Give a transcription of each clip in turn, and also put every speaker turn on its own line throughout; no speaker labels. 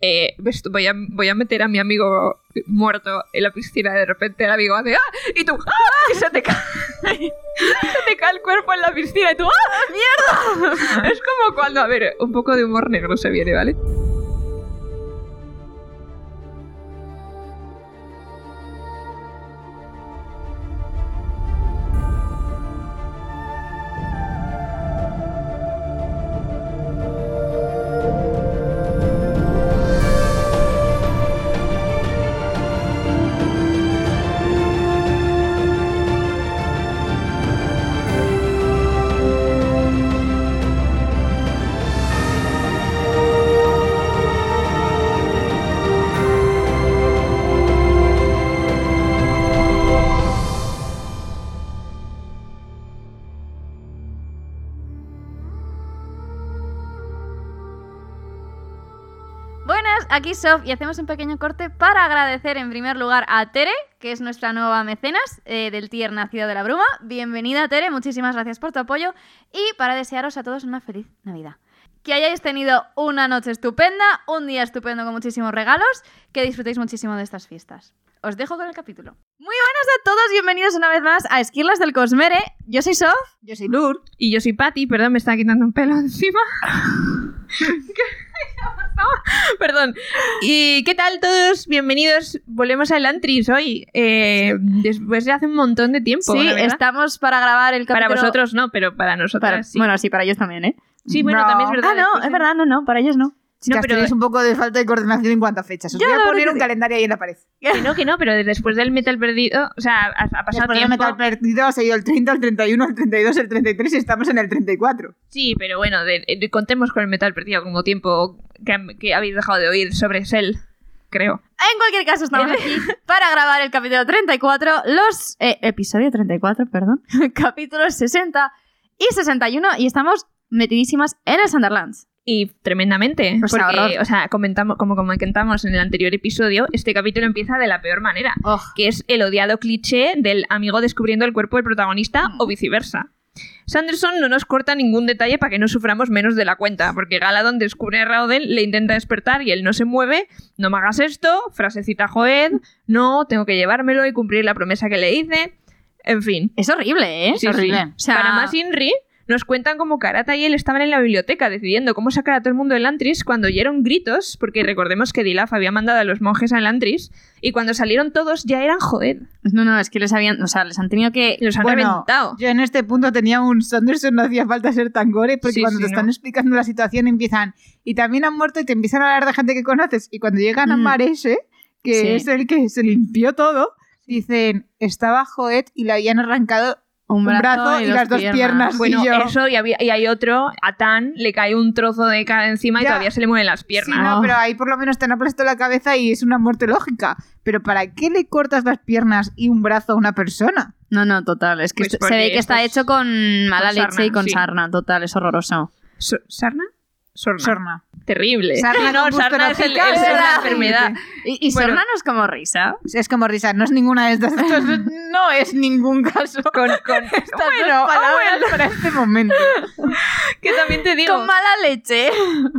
eh, ves, voy, a, voy a meter a mi amigo muerto en la piscina de repente el amigo hace ¡ah! y tú ¡ah! y se te cae se te cae el cuerpo en la piscina y tú ¡ah! ¡mierda! es como cuando, a ver, un poco de humor negro se viene, ¿vale?
Buenas, aquí Sof y hacemos un pequeño corte para agradecer en primer lugar a Tere, que es nuestra nueva mecenas eh, del tier Nacido de la Bruma. Bienvenida Tere, muchísimas gracias por tu apoyo y para desearos a todos una feliz Navidad. Que hayáis tenido una noche estupenda, un día estupendo con muchísimos regalos, que disfrutéis muchísimo de estas fiestas. Os dejo con el capítulo. Muy buenas a todos, bienvenidos una vez más a Esquirlas del Cosmere. Yo soy Sof
Yo soy Lur. Y yo soy Patty, perdón, me estaba quitando un pelo encima. perdón. ¿Y qué tal todos? Bienvenidos. Volvemos al Antris hoy. eh, después de hace un montón de tiempo.
Sí,
la verdad.
estamos para grabar el
Para
capítulo.
vosotros no, pero para nosotras
Para-
sí.
Bueno, sí, para ellos también, ¿eh?
Sí, bueno, también es verdad,
Ah, no,
después
es
de-
verdad, no, no, para ellos no.
No,
Chicas,
pero- eh,
tenéis un poco de falta de coordinación en cuanto a fechas. Os
Yo
voy
la
a
verdad
poner
que
un
sí.
calendario ahí en la pared.
Que no, que no, pero después del metal perdido, o sea, ha, ha pasado
Después del
tiempo.
metal perdido ha seguido el 30, el 31, el 32, el 33 y estamos en el 34.
Sí, pero bueno, de- de- contemos con el metal perdido como tiempo que, han- que habéis dejado de oír sobre Sel, creo.
En cualquier caso, estamos aquí para grabar el capítulo 34, los... eh, episodio 34, perdón. Capítulos 60 y 61 y estamos metidísimas en el Sunderlands.
Y tremendamente,
Pues
porque,
horror.
o sea, comentamos, como comentamos en el anterior episodio, este capítulo empieza de la peor manera,
Oh.
que es el odiado cliché del amigo descubriendo el cuerpo del protagonista o viceversa. Sanderson no nos corta ningún detalle para que no suframos menos de la cuenta, porque Galadón descubre a Raoden, le intenta despertar y él no se mueve, no me hagas esto, frasecita Joed, no, tengo que llevármelo y cumplir la promesa que le hice, en fin.
Es horrible, ¿eh?
Sí, sí.
O sea,
Para más Inri, nos cuentan como Karata y él estaban en la biblioteca decidiendo cómo sacar a todo el mundo del Antris cuando oyeron gritos, porque recordemos que Dilaf había mandado a los monjes al Antris, y cuando salieron todos ya eran joder,
No, no, es que les habían... O sea, les han tenido que...
los han
Bueno,
reventado.
Yo en este punto tenía un Sanderson, no hacía falta ser tan gore, porque
Sí,
cuando
sí,
te están
no.
explicando la situación empiezan y también han muerto y te empiezan a hablar de gente que conoces. Y cuando llegan a
Mm.
Marese, que
Sí.
es el que se limpió todo, dicen, estaba Joet y le habían arrancado
Un
brazo y
dos
las dos piernas.
Bueno,
yo-
eso, y, había- y hay otro, a Tan le cae un trozo de cara encima y
Ya.
todavía se le mueven las
Sí,
piernas.
no,
Oh.
pero ahí por lo menos te han aplastado la cabeza y es una muerte lógica. Pero ¿para qué le cortas las piernas y un brazo a una persona?
No, no, total. Es que
Pues
esto- se ve
porque
que
esto
está
es-
hecho con mala
con
leche
sarna,
y con
sí.
sarna. Total, es horroroso.
So- ¿Sarna? Sorna.
Sorna.
Terrible.
Sarna
Ah, no,
con
sarna es, el-
busto
es
lógica,
la
¿verdad?
enfermedad.
Y, y
Bueno.
sarna no es como risa.
Es como risa, no es ninguna de estas. Esto es- no es ningún caso.
Con, con-
Estas dos
ah,
Bueno,
palabras para este momento.
que también te digo.
Con mala leche.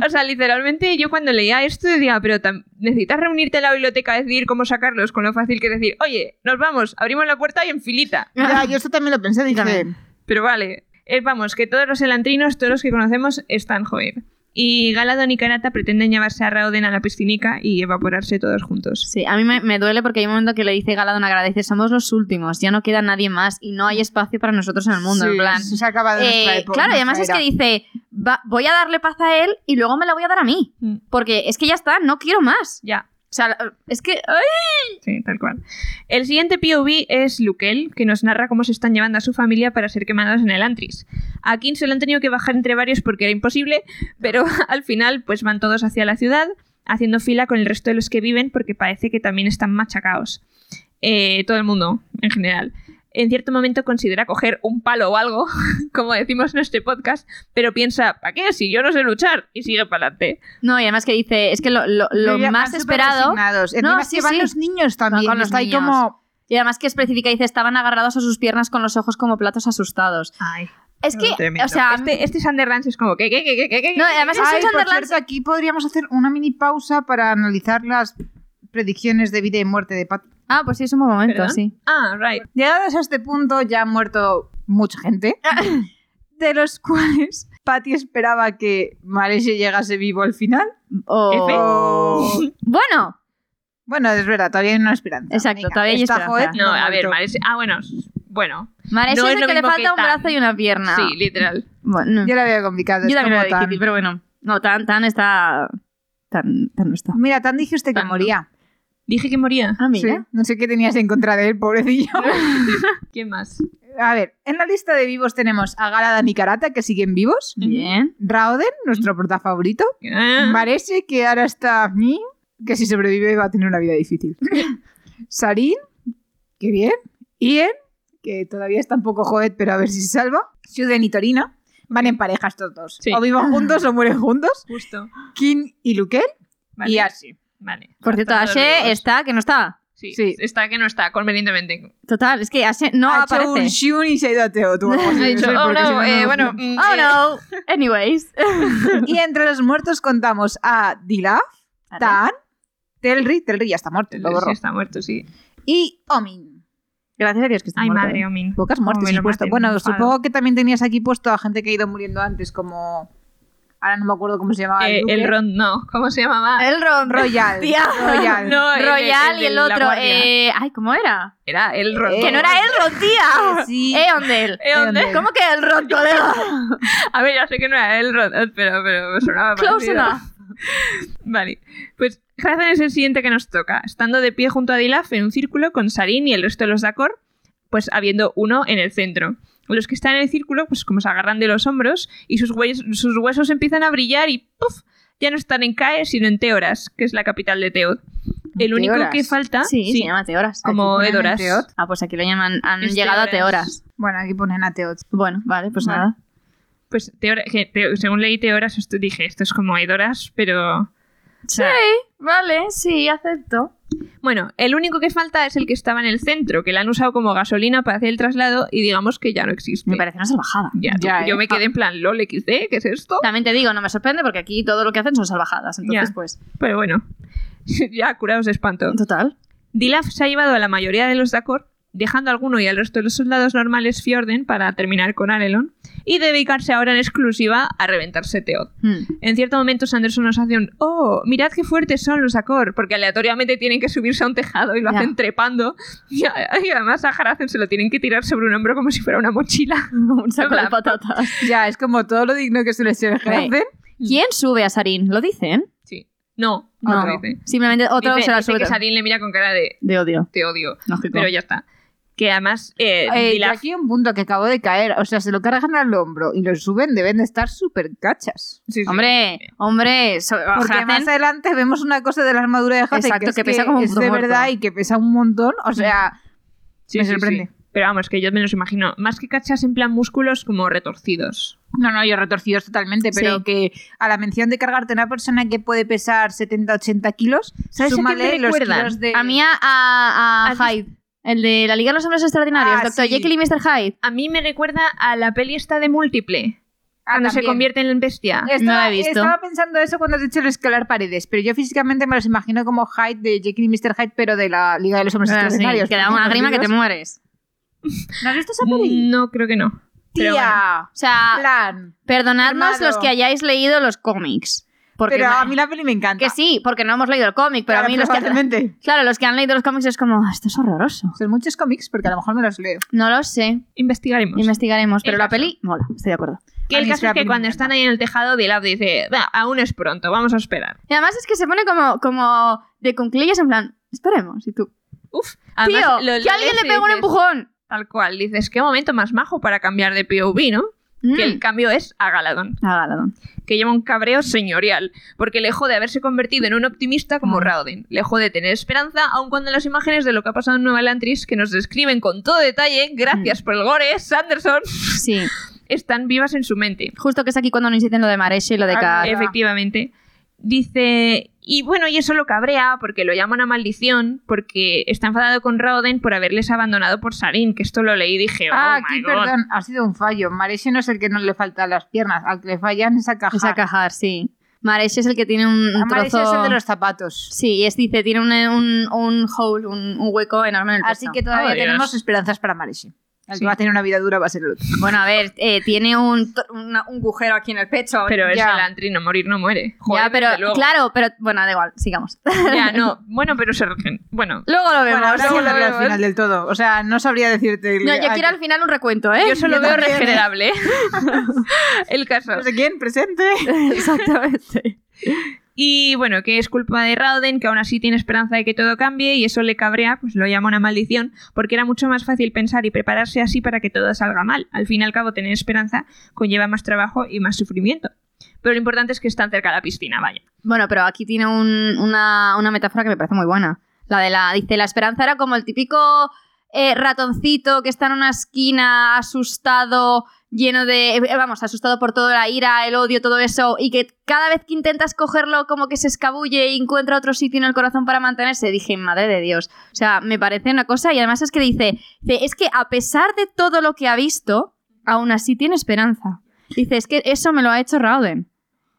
O sea, literalmente yo cuando leía esto decía, pero tam- necesitas reunirte en la biblioteca a decidir cómo sacarlos con lo fácil que es decir, oye, nos vamos, abrimos la puerta y en filita.
Ya, yo eso también lo pensé, dije.
Dígame.
Pero vale, eh, vamos, que todos los elantrinos, todos los que conocemos, están joder. Y Galadón y Karata pretenden llevarse a Raoden a la piscinica y evaporarse todos juntos.
Sí, a mí me, me duele porque hay un momento que le dice Galadón agradece, somos los últimos, ya no queda nadie más y no hay espacio para nosotros en el mundo,
sí,
en plan.
eso Se ha acabado
eh,
nuestra época,
claro, y además es
nuestra
que dice, "Va- voy a darle paz a él y luego me la voy a dar a mí,
Mm.
porque es que ya está, no quiero más.
Ya,
O sea, es que... ¡ay!
sí, tal cual. El siguiente POV es Luquel, que nos narra cómo se están llevando a su familia para ser quemados en el Antris. A King se lo han tenido que bajar entre varios porque era imposible, pero al final pues van todos hacia la ciudad, haciendo fila con el resto de los que viven porque parece que también están machacados. Eh, todo el mundo, en general. En cierto momento considera coger un palo o algo, como decimos en este podcast, pero piensa, ¿para qué? Si yo no sé luchar, y sigue para adelante.
No, y además que dice, es que lo, lo- lo
Pero ya
más
van
esperado...
superresignados. Encima
No,
es que
sí,
van
sí.
los niños también.
con los
está ahí
niños.
como.
Y además que especifica, dice, estaban agarrados a sus piernas con los ojos como platos asustados. Es que,
Tremendo.
o sea,
este, este Sunderland es como que, que, que, que, que, que-
no, además es
Ay,
un
por
Sunderland.
cierto, aquí podríamos hacer una mini pausa para analizar las predicciones de vida y muerte de Patty.
Ah, pues sí, es un buen momento,
¿Perdón?
sí.
Ah, right.
Llegados a este punto, ya ha muerto mucha gente, de los cuales Patty esperaba que Maresio llegase vivo al final.
O-
F.
Bueno,
Bueno, es verdad, todavía hay una esperanza.
Exacto, todavía hay
está
esperanza.
Joet,
No, a ver,
muerto.
Mares- Ah, bueno. s- Bueno.
Maresia
No
es
es
el
lo
que le
mismo
falta
que
un
tan.
brazo y una pierna.
Sí, literal.
Bueno,
Yo la veo complicada.
yo
es
también lo
como
veo difícil,
tan-
pero bueno. No, tan, tan está. Tan, tan no está.
Mira, tan dije usted que
Tan-
moría.
Dije que moría.
Ah, mira.
Sí, no sé qué tenías en contra de él, pobrecillo.
¿Quién más?
A ver, en la lista de vivos tenemos a Galada y Karata, que siguen vivos.
Bien.
Rauden, nuestro prota favorito.
Ah,
Parece que ahora está Ni, que si sobrevive va a tener una vida difícil. Sarin, que bien. Ian, que todavía está un poco joven, pero a ver si se salva. Shuden y Torino van en parejas todos dos.
Sí.
O vivan juntos o mueren juntos.
Justo.
Kim y Luquel
Vale.
y Archie.
Vale.
Por cierto,
Están todos
Ashe
vivos.
está, que no está.
Sí,
sí.
Está que no está, convenientemente.
Total, es que Ashe no
ha hecho un
aparece.
shun y se ha ido a Teo. tú, algo así,
Ha dicho,
sé,
oh
porque si
no, eh,
no-
bueno. mm,
Oh
eh,
no. Anyways.
Y entre los muertos contamos a Dilaf, Tan, Telri, Telri ya está muerto, lo borró.
Sí, está muerto, sí.
Y Omin.
Gracias a Dios que está
Ay,
muerto.
madre, Omin.
Pocas
Como
muertes
me lo
he puesto.
maten,
Bueno,
enfado.
supongo que también tenías aquí puesto a gente que ha ido muriendo antes, como. Ahora no me acuerdo cómo se llamaba.
Eh, el
duque.
Ron, no. ¿Cómo se llamaba?
El Ron.
Royal.
Tía.
Royal.
No, el de-
Eh, Royal y
de
el
La
otro.
Guardia.
eh, ay, ¿cómo era? Eh,
Era el Ron.
Eh,
Que no era Elrond, tía.
Que sí.
Eondel.
Eondel.
¿Cómo que Elrond, colega?
A ver, ya sé que no era el Ron, pero, pero me sonaba
Close
parecido.
enough.
Vale. Pues Hazan es el siguiente que nos toca. Estando de pie junto a Dilaf en un círculo con Sarin y el resto de los Dakor, pues habiendo uno en el centro. Los que están en el círculo, pues como se agarran de los hombros y sus, hues- sus huesos empiezan a brillar y ¡puf! Ya no están en Cae, sino en Teoras, que es la capital de Teod. El único
Teoras?
que falta...
¿Ah? Sí, se llama Teoras.
Como
Aquí ponen
Edoras.
a Teot.
Ah, pues aquí lo llaman. Han
Es
llegado a
Teoras.
Teoras.
Bueno, aquí ponen a Teot.
Bueno, vale, pues
Vale.
nada.
Pues Teora- que Teo- según leí Teoras, esto- dije, esto es como Edoras, pero...
Sí, vale, sí, acepto.
Bueno, el único que falta es el que estaba en el centro, que la han usado como gasolina para hacer el traslado y digamos que ya no existe.
Me parece una salvajada.
Ya, tú-
Ya,
yo
¿eh?
me quedé en plan, lol, XD, ¿qué es esto?
También te digo, no me sorprende porque aquí todo lo que hacen son salvajadas. Entonces,
Ya.
pues,
Pero bueno, ya curados de espanto.
total.
Dilaf se ha llevado a la mayoría de los Dakor, dejando a alguno y al resto de los soldados normales Fjorden para terminar con Arelon y dedicarse ahora en exclusiva a reventarse Teod.
Hmm.
En cierto momento Sanderson nos hace un ¡Oh! Mirad qué fuertes son los Dakor, porque aleatoriamente tienen que subirse a un tejado y lo
Ya.
hacen trepando. Y, a- y además a Harazen se lo tienen que tirar sobre un hombro como si fuera una mochila.
Un saco de
Plan.
patatas.
Ya, es como todo lo digno que suele ser Hrazen.
¿Quién sube a Sarin? ¿Lo dicen?
Sí. No,
No.
otro dice.
Simplemente otro
Dice-
se la
dice
sube.
que Sarin le mira con cara de
De odio.
te odio.
Lógico.
pero ya está. Que además, eh,
Eh, y
Dilaf-
aquí un punto que acabo de caer. O sea, se lo cargan al hombro y lo suben, deben de estar súper cachas.
Sí, sí.
Hombre, hombre, so-
Porque
Hrazen-
más adelante vemos una cosa de la armadura de Hrazen
Exacto,
que, es
que pesa como un
es
puto
de
muerto.
verdad y que pesa un montón. O sea,
Sí,
me
sí,
sorprende.
sí. Pero vamos, que yo me los imagino. Más que cachas en plan músculos como retorcidos.
No, no, yo retorcidos totalmente, pero
Sí.
que a la mención de cargarte a una persona que puede pesar 70, 80 kilos, ¿sabes
Súmale
a qué me los
recuerdan?
kilos de...
A mí a, a- a
¿Has
Hyde. El de la Liga de los Hombres Extraordinarios.
Ah,
Doctor
sí.
Jekyll y Mr. Hyde.
A mí me recuerda a la peli esta de múltiple,
Ah,
cuando se
también.
convierte en bestia.
Estaba,
No la he visto.
Estaba pensando eso cuando has dicho el escalar paredes, pero yo físicamente me los imagino como Hyde de Jekyll y Mr. Hyde, pero de la Liga de los Hombres
Ah, sí,
Extraordinarios.
que da una grima que te mueres.
¿No has visto esa peli?
Mm, No, creo que no. pero
Tía,
O sea,
plan.
Ah, perdonadnos
Firmado.
los que hayáis leído los cómics. Porque
Pero
ma-
a mí la peli me encanta.
Que sí, porque no hemos leído el cómic, pero a
Claro,
mí los que...
probablemente.
Claro, los que han leído los cómics es como, "Ah, esto es horroroso.
Son muchos cómics porque a lo mejor me los leo.
No lo sé,
Investigaremos.
investigaremos, pero
El
la
caso.
peli mola, estoy de acuerdo.
que
A
el
mí
caso
es
es
que
que
me
cuando
encanta.
están ahí en el tejado, Dilaf dice, "Da, aún es pronto, vamos a esperar.
Y además es que se pone como, como de cunclillas en plan, esperemos, y tú,
Uf.
tío,
Además, lo
que alguien
lees
le
y
pega un
dices,
empujón.
Tal cual, dices, qué momento más majo para cambiar de POV, ¿no? Que el
Mm.
cambio es a Galadón.
Ah, Galadón.
que lleva un cabreo señorial, porque le jode haberse convertido en un optimista como
Mm.
Ah.
Rauden, le jode tener esperanza, aun cuando las imágenes de lo que ha pasado en Nueva Elantris, que nos describen con todo detalle,
Mm.
gracias por el gore, Sanderson,
Sí,
están vivas en su mente.
justo que es aquí cuando nos dicen lo de Mareshi y lo de
Ah,
Kat.
Verdad.
Efectivamente. Dice, y bueno, y eso lo cabrea porque lo llama una maldición, porque está enfadado con Roden por haberles abandonado por Sarin, que esto lo leí y dije, oh
ah,
my
aquí,
god.
perdón, ha sido un fallo. Mareche no es el que no le faltan las piernas, al que le fallan es a Cajar.
Es a Cajar, sí. Mareche es el que tiene un
A Mareche
trozo...
es el de los zapatos.
Sí, y es, dice, tiene un, un, un hole, un, un hueco enorme en el pecho.
Así que todavía
Oh, Dios.
tenemos esperanzas para Mareche. El
Sí.
que va a tener una vida dura va a ser el otro.
Bueno, a ver, eh, tiene un, tr- una- un agujero aquí en el pecho.
Pero es
Ya.
el antri, no morir no muere. Joder,
ya, pero
desde luego.
claro, pero bueno, da igual, sigamos.
Ya, no. Bueno, pero se regen- Bueno,
Luego lo vemos.
Bueno, ahora
luego lo
sí verlo al
vemos.
final del todo. O sea, no sabría decirte...
No, yo
Ay,
quiero al final un recuento, ¿eh?
yo solo
yo
veo
también.
regenerable. ¿eh? el caso.
No sé quién, presente.
Exactamente.
Y bueno, que es culpa de Rauden, que aún así tiene esperanza de que todo cambie y eso le cabrea, pues lo llama una maldición, porque era mucho más fácil pensar y prepararse así para que todo salga mal. Al fin y al cabo, tener esperanza conlleva más trabajo y más sufrimiento. Pero lo importante es que están cerca de la piscina, vaya.
Bueno, pero aquí tiene un- una, una metáfora que me parece muy buena. La de la, dice, la esperanza era como el típico eh, ratoncito que está en una esquina asustado, lleno de, eh, vamos, asustado por toda la ira, el odio, todo eso, y que cada vez que intentas cogerlo como que se escabulle y encuentra otro sitio en el corazón para mantenerse. Dije, madre de Dios. O sea, me parece una cosa, y además es que dice, dice, es que a pesar de todo lo que ha visto, aún así tiene esperanza. Dice, es que eso me lo ha hecho Rauden.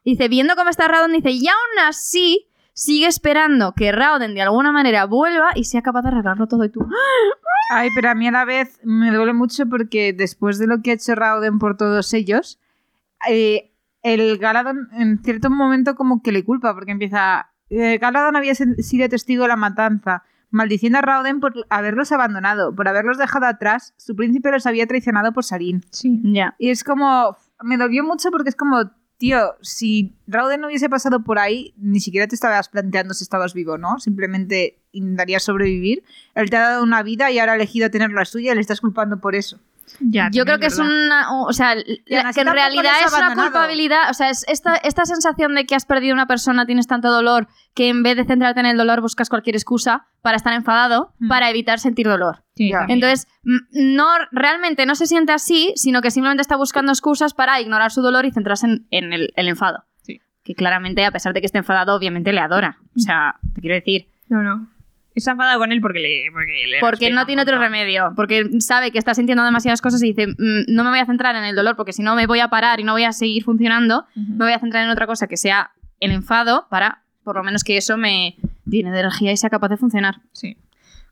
Dice, viendo cómo está Rauden, dice, y aún así sigue esperando que Rauden de alguna manera vuelva y sea capaz de arreglarlo todo y tú. ¡ah!
Ay, pero a mí a la vez me duele mucho porque después de lo que ha hecho Rauden por todos ellos, eh, el Galadon en cierto momento como que le culpa porque empieza... eh, Galadon había sen- sido testigo de la matanza, maldiciendo a Rauden por haberlos abandonado, por haberlos dejado atrás. Su príncipe los había traicionado por Sarin.
Sí.
Ya.
Y es como... Me dolió mucho porque es como... Tío, si Rauden no hubiese pasado por ahí, ni siquiera te estabas planteando si estabas vivo, ¿no? Simplemente intentarías sobrevivir. Él te ha dado una vida y ahora ha elegido tener la suya y le estás culpando por eso.
Yo creo que es una. O sea, la-
además
que en
tampoco
realidad
les ha
es una
abandonado.
culpabilidad. O sea, es esta, esta sensación de que has perdido una persona, tienes tanto dolor, que en vez de centrarte en el dolor, buscas cualquier excusa para estar enfadado,
Mm.
para evitar sentir dolor.
Ya.
Entonces,
Entonces, m- no realmente no se siente así, sino que simplemente está buscando excusas para ignorar su dolor y centrarse en, en el, el enfado.
Sí.
Que claramente, a pesar de que esté enfadado, obviamente le adora. O sea, te quiero decir,
No, no. Está enfadado con él porque le. Porque, le
porque
respeta
no
un
tiene otro
montón.
remedio, porque sabe que está sintiendo demasiadas cosas y dice, "Mm, no me voy a centrar en el dolor, porque si no me voy a parar y no voy a seguir funcionando, me voy a centrar en otra cosa que sea el enfado para, por lo menos que eso me llene de energía y sea capaz de funcionar.
Sí.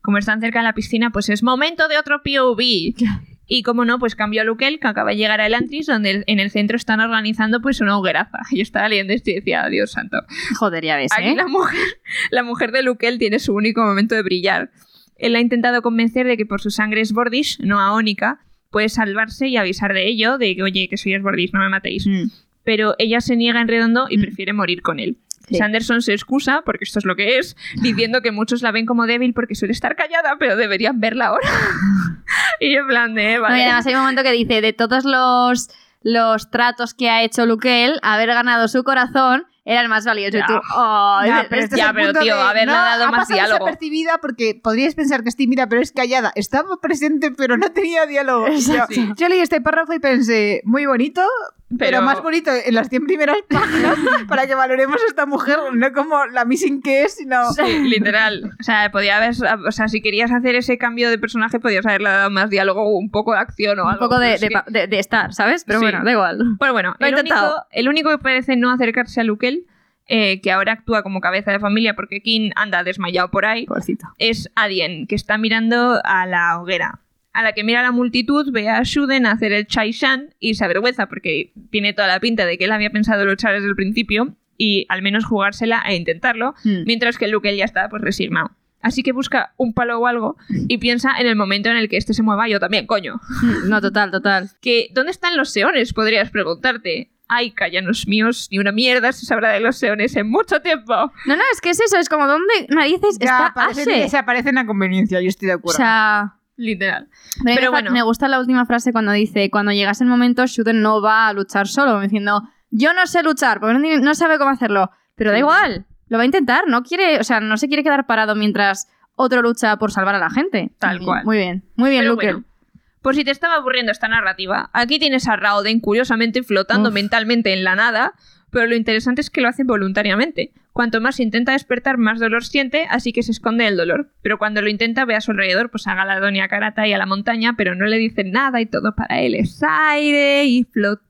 Como están cerca de la piscina, pues es momento de otro POV. Y como no, pues cambió a Luquel, que acaba de llegar a Elantris, donde el- en el centro están organizando pues una hogueraza. Yo estaba leyendo esto y decía, "Oh, Dios santo.
Joder, ya ves,
Aquí
¿eh?
la mujer, la mujer de Luquel tiene su único momento de brillar. Él la ha intentado convencer de que por su sangre es Bordish, no aónica, puede salvarse y avisar de ello, de que, oye, que soy Bordish, no me matéis.
Mm,
Pero ella se niega en redondo y
Mm.
prefiere morir con él.
sí.
Sanderson se excusa, porque esto es lo que es, diciendo que muchos la ven como débil porque suele estar callada, pero deberían verla ahora. y yo en plan de, eh,
No, y
vale.
además hay un momento que dice, de todos los, los tratos que ha hecho Luquel, haber ganado su corazón era el más valioso.
Ya.
Y tú, "Oh,
Ya,
es-
pero este
ya,
es el
pero,
punto
tío,
de,
haberle
no,
dado
ha
más
pasado
diálogo.
desapercibida porque podrías pensar que es tímida, pero es callada. Estaba presente, pero no tenía diálogo. Y Yo,
Exacto. Sí.
yo leí este párrafo y pensé, muy bonito, pero,
Pero-
más bonito en las 100 primeras páginas para que valoremos a esta mujer, no como la missing que es, sino...
Sí, literal. O sea, podía haber, o sea, si querías hacer ese cambio de personaje, podías haberle dado más diálogo, o un poco de acción o
un
algo.
poco
pero
de,
es
de
que-
pa- de- de estar, ¿sabes? Pero
Sí.
bueno, da igual.
Bueno, bueno,
Lo he
el único,
intentado.
el único que parece no acercarse a Luquel, eh, que ahora actúa como cabeza de familia porque King anda desmayado por ahí,
Pobrecito.
es Adien, que está mirando a la hoguera. A la que mira la multitud, ve a Shuden hacer el Chai Shan y se avergüenza porque tiene toda la pinta de que él había pensado luchar desde el principio y al menos jugársela e intentarlo, mientras que Luke ya está pues resignado. Así que busca un palo o algo y piensa en el momento en el que este se mueva yo también, coño.
No, total, total.
Que, ¿dónde están los seones? Podrías preguntarte. Ay, callanos míos, ni una mierda se sabrá de los seones en mucho tiempo.
No, no, es que es eso, es como dónde narices
Ya,
está
parece que
Ashe.
se aparecen a conveniencia, yo estoy de
O
acuerdo.
sea,
Literal.
me
Pero
gusta-
bueno.
me gusta la última frase cuando dice, cuando llegase el momento, Shuden no va a luchar solo, como diciendo, yo no sé luchar, porque no, tiene- no sabe cómo hacerlo, pero da
Sí.
igual, lo va a intentar, no quiere, o sea, no se quiere quedar parado mientras otro lucha por salvar a la gente.
Tal
Muy-
cual.
Muy bien, muy bien,
Pero
Luke.
bueno, por si te estaba aburriendo esta narrativa, aquí tienes a Rauden curiosamente flotando
Uf.
mentalmente en la nada, pero lo interesante es que lo hace voluntariamente. Cuanto más intenta despertar, más dolor siente, así que se esconde el dolor. Pero cuando lo intenta, ve a su alrededor, pues a Galadón y a Karata y a la montaña, pero no le dicen nada y todo para él es aire y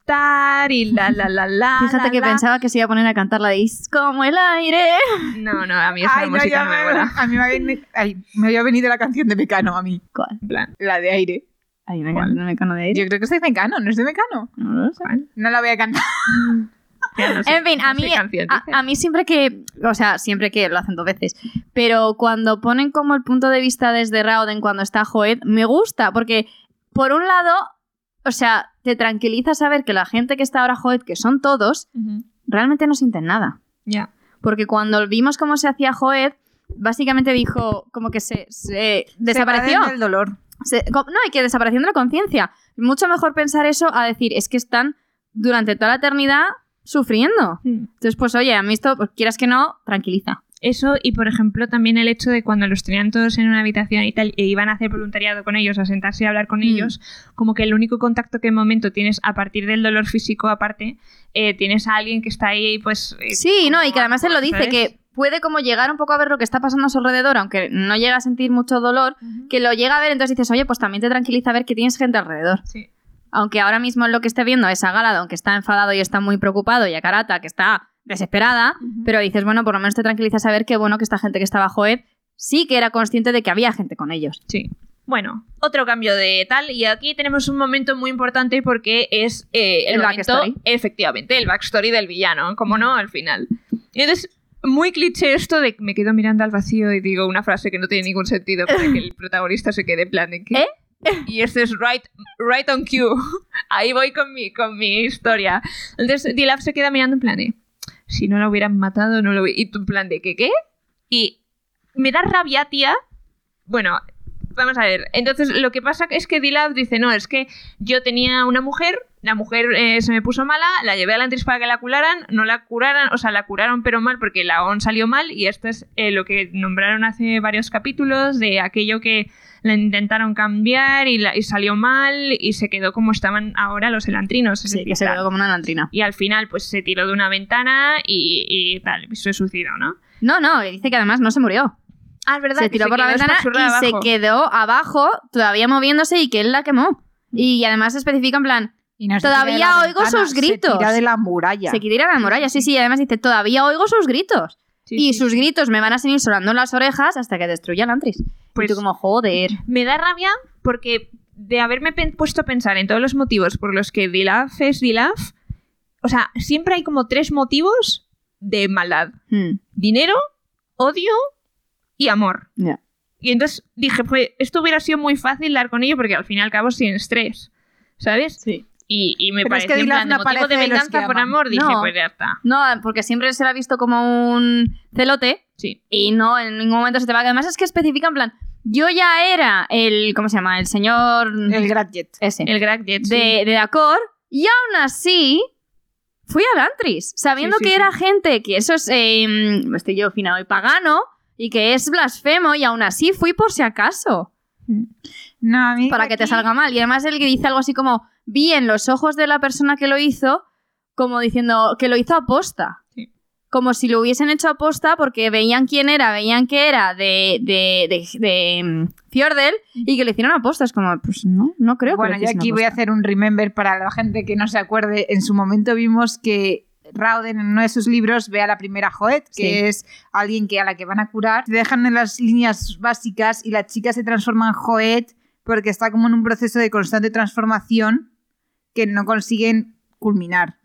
flotar y la la la la.
Fíjate
la,
que
Ah, la.
pensaba que se iba a poner a cantar la de "Es como el aire.
No, no, a mí esa
Ay, no,
música
ya
no
me,
me mola.
a mí me había, veni- ay, me había venido la canción de Mecano a mí.
¿Cuál?
En plan,
La de aire.
Hay una
¿Cuál?
canción de Mecano de aire.
Yo creo que es de Mecano, no es de Mecano.
No lo sé.
¿cuál?
No la voy a cantar.
Ya no sé,
En fin, a
no sé
mí-
qué canción
A,
dice.
a mí siempre que, o sea, siempre que lo hacen dos veces, pero cuando ponen como el punto de vista desde Rauden cuando está Joed, me gusta, porque por un lado, o sea, te tranquiliza saber que la gente que está ahora Joed, que son todos,
Ujú,
realmente no sienten nada.
Ya.
Porque cuando vimos cómo se hacía Joed, básicamente dijo como que se, se desapareció.
el dolor.
Se- co- no, y que desapareciendo la conciencia. Mucho mejor pensar eso a decir, es que están durante toda la eternidad sufriendo. Entonces, pues oye, a mí esto, pues, quieras que no, tranquiliza.
Eso y, por ejemplo, también el hecho de cuando los tenían todos en una habitación y tal, e iban a hacer voluntariado con ellos, a sentarse a hablar con
Mm.
ellos, como que el único contacto que en momento tienes a partir del dolor físico aparte, eh, tienes a alguien que está ahí, pues... eh,
Sí, no, y que
como
además él lo
algo,
dice,
¿sabes?
que puede como llegar un poco a ver lo que está pasando a su alrededor, aunque no llega a sentir mucho dolor, que lo llega a ver, entonces dices, oye, pues también te tranquiliza ver que tienes gente alrededor.
Sí.
Aunque ahora mismo lo que esté viendo es a Galadón, que está enfadado y está muy preocupado, y a Karata, que está desesperada, pero dices, bueno, por lo menos te tranquiliza saber que, bueno, que esta gente que estaba bajo Ed sí que era consciente de que había gente con ellos.
Sí. Bueno, otro cambio de tal, y aquí tenemos un momento muy importante porque es eh, el,
El
momento-
backstory.
efectivamente, el backstory del villano, como no, al final. Y entonces, muy cliché esto de que me quedo mirando al vacío y digo una frase que no tiene ningún sentido para que el protagonista se quede en plan de que...
¿Eh?
Y este es right, right on cue. Ahí voy con mi, con mi historia. Entonces, Dilap se queda mirando en plan de... Si no la hubieran matado, no lo hubiera... Y tú en plan de que qué? Y me da rabia, tía. Bueno, vamos a ver. Entonces, lo que pasa es que Dilab dice, no, es que yo tenía una mujer, la mujer eh, se me puso mala, la llevé a la antriz para que la curaran, no la curaran, o sea, la curaron pero mal porque la ON salió mal y esto es eh, lo que nombraron hace varios capítulos de aquello que la intentaron cambiar y, la- y salió mal y se quedó como estaban ahora los elantrinos. es
Sí,
decir,
que se
tal.
quedó como una lantrina.
Y al final, pues se tiró de una ventana y, y tal, y se suicidó, ¿no?
No, no, y dice que además no se murió.
Ah, es verdad.
se
que
tiró por la
quedó
ventana y
espachurrada
se
abajo.
quedó abajo, todavía moviéndose y que él la quemó.
Mm.
Y además especifica en plan,
Y no se
Todavía
tira de la
oigo sus gritos.
Se tira de la muralla.
se quitaría la muralla, sí, sí, y además dice, todavía oigo sus gritos.
Sí,
y
sí,
sus
sí.
gritos me van a seguir sonando en las orejas hasta que destruya el Antris.
Pues-
y tú como, joder.
me da rabia porque de haberme pen- puesto a pensar en todos los motivos por los que Dilaf es Dilaf, o sea, siempre hay como tres motivos de maldad.
Hmm.
Dinero, odio y amor.
Ya.
Y entonces dije, pues esto hubiera sido muy fácil dar con ello porque al fin y al cabo sin estrés, ¿sabes?
Sí.
Y, y me
Pero es
parece
que
en
Dilaf
plan
no
de motivo
aparece
de
de los
venganza
que
por
aman.
amor, dije,
No.
pues ya está.
No, porque siempre se la ha visto como un celote
Sí.
y no, en ningún momento se te va. Además es que especifica en plan, yo ya era el, ¿cómo se llama? El señor...
El Gadget.
ese.
El Greg Jet, sí.
Eh, de, de Dakor y aún así fui al Antris, sabiendo
Sí, sí, sí.
que era gente que eso es, eh, mm, estoy yo fina y pagano y que es blasfemo y aún así fui por si acaso,
No, a mí
para que te
aquí-
salga mal. Y además el que dice algo así como, vi en los ojos de la persona que lo hizo, como diciendo que lo hizo aposta.
Sí.
Como si lo hubiesen hecho aposta porque veían quién era, veían que era de, de, de, de, mm, Fjordel y que lo hicieron aposta. Es como, pues no, no creo
bueno,
que lo
yo
hiciesen
aquí voy a
aposta.
hacer un remember para la gente que no se acuerde. En su momento vimos que Rauden en uno de sus libros ve a la primera Joet, que
Sí.
es alguien que a la que van a curar. Te dejan en las líneas básicas y la chica se transforma en Joet porque está como en un proceso de constante transformación que no consiguen culminar.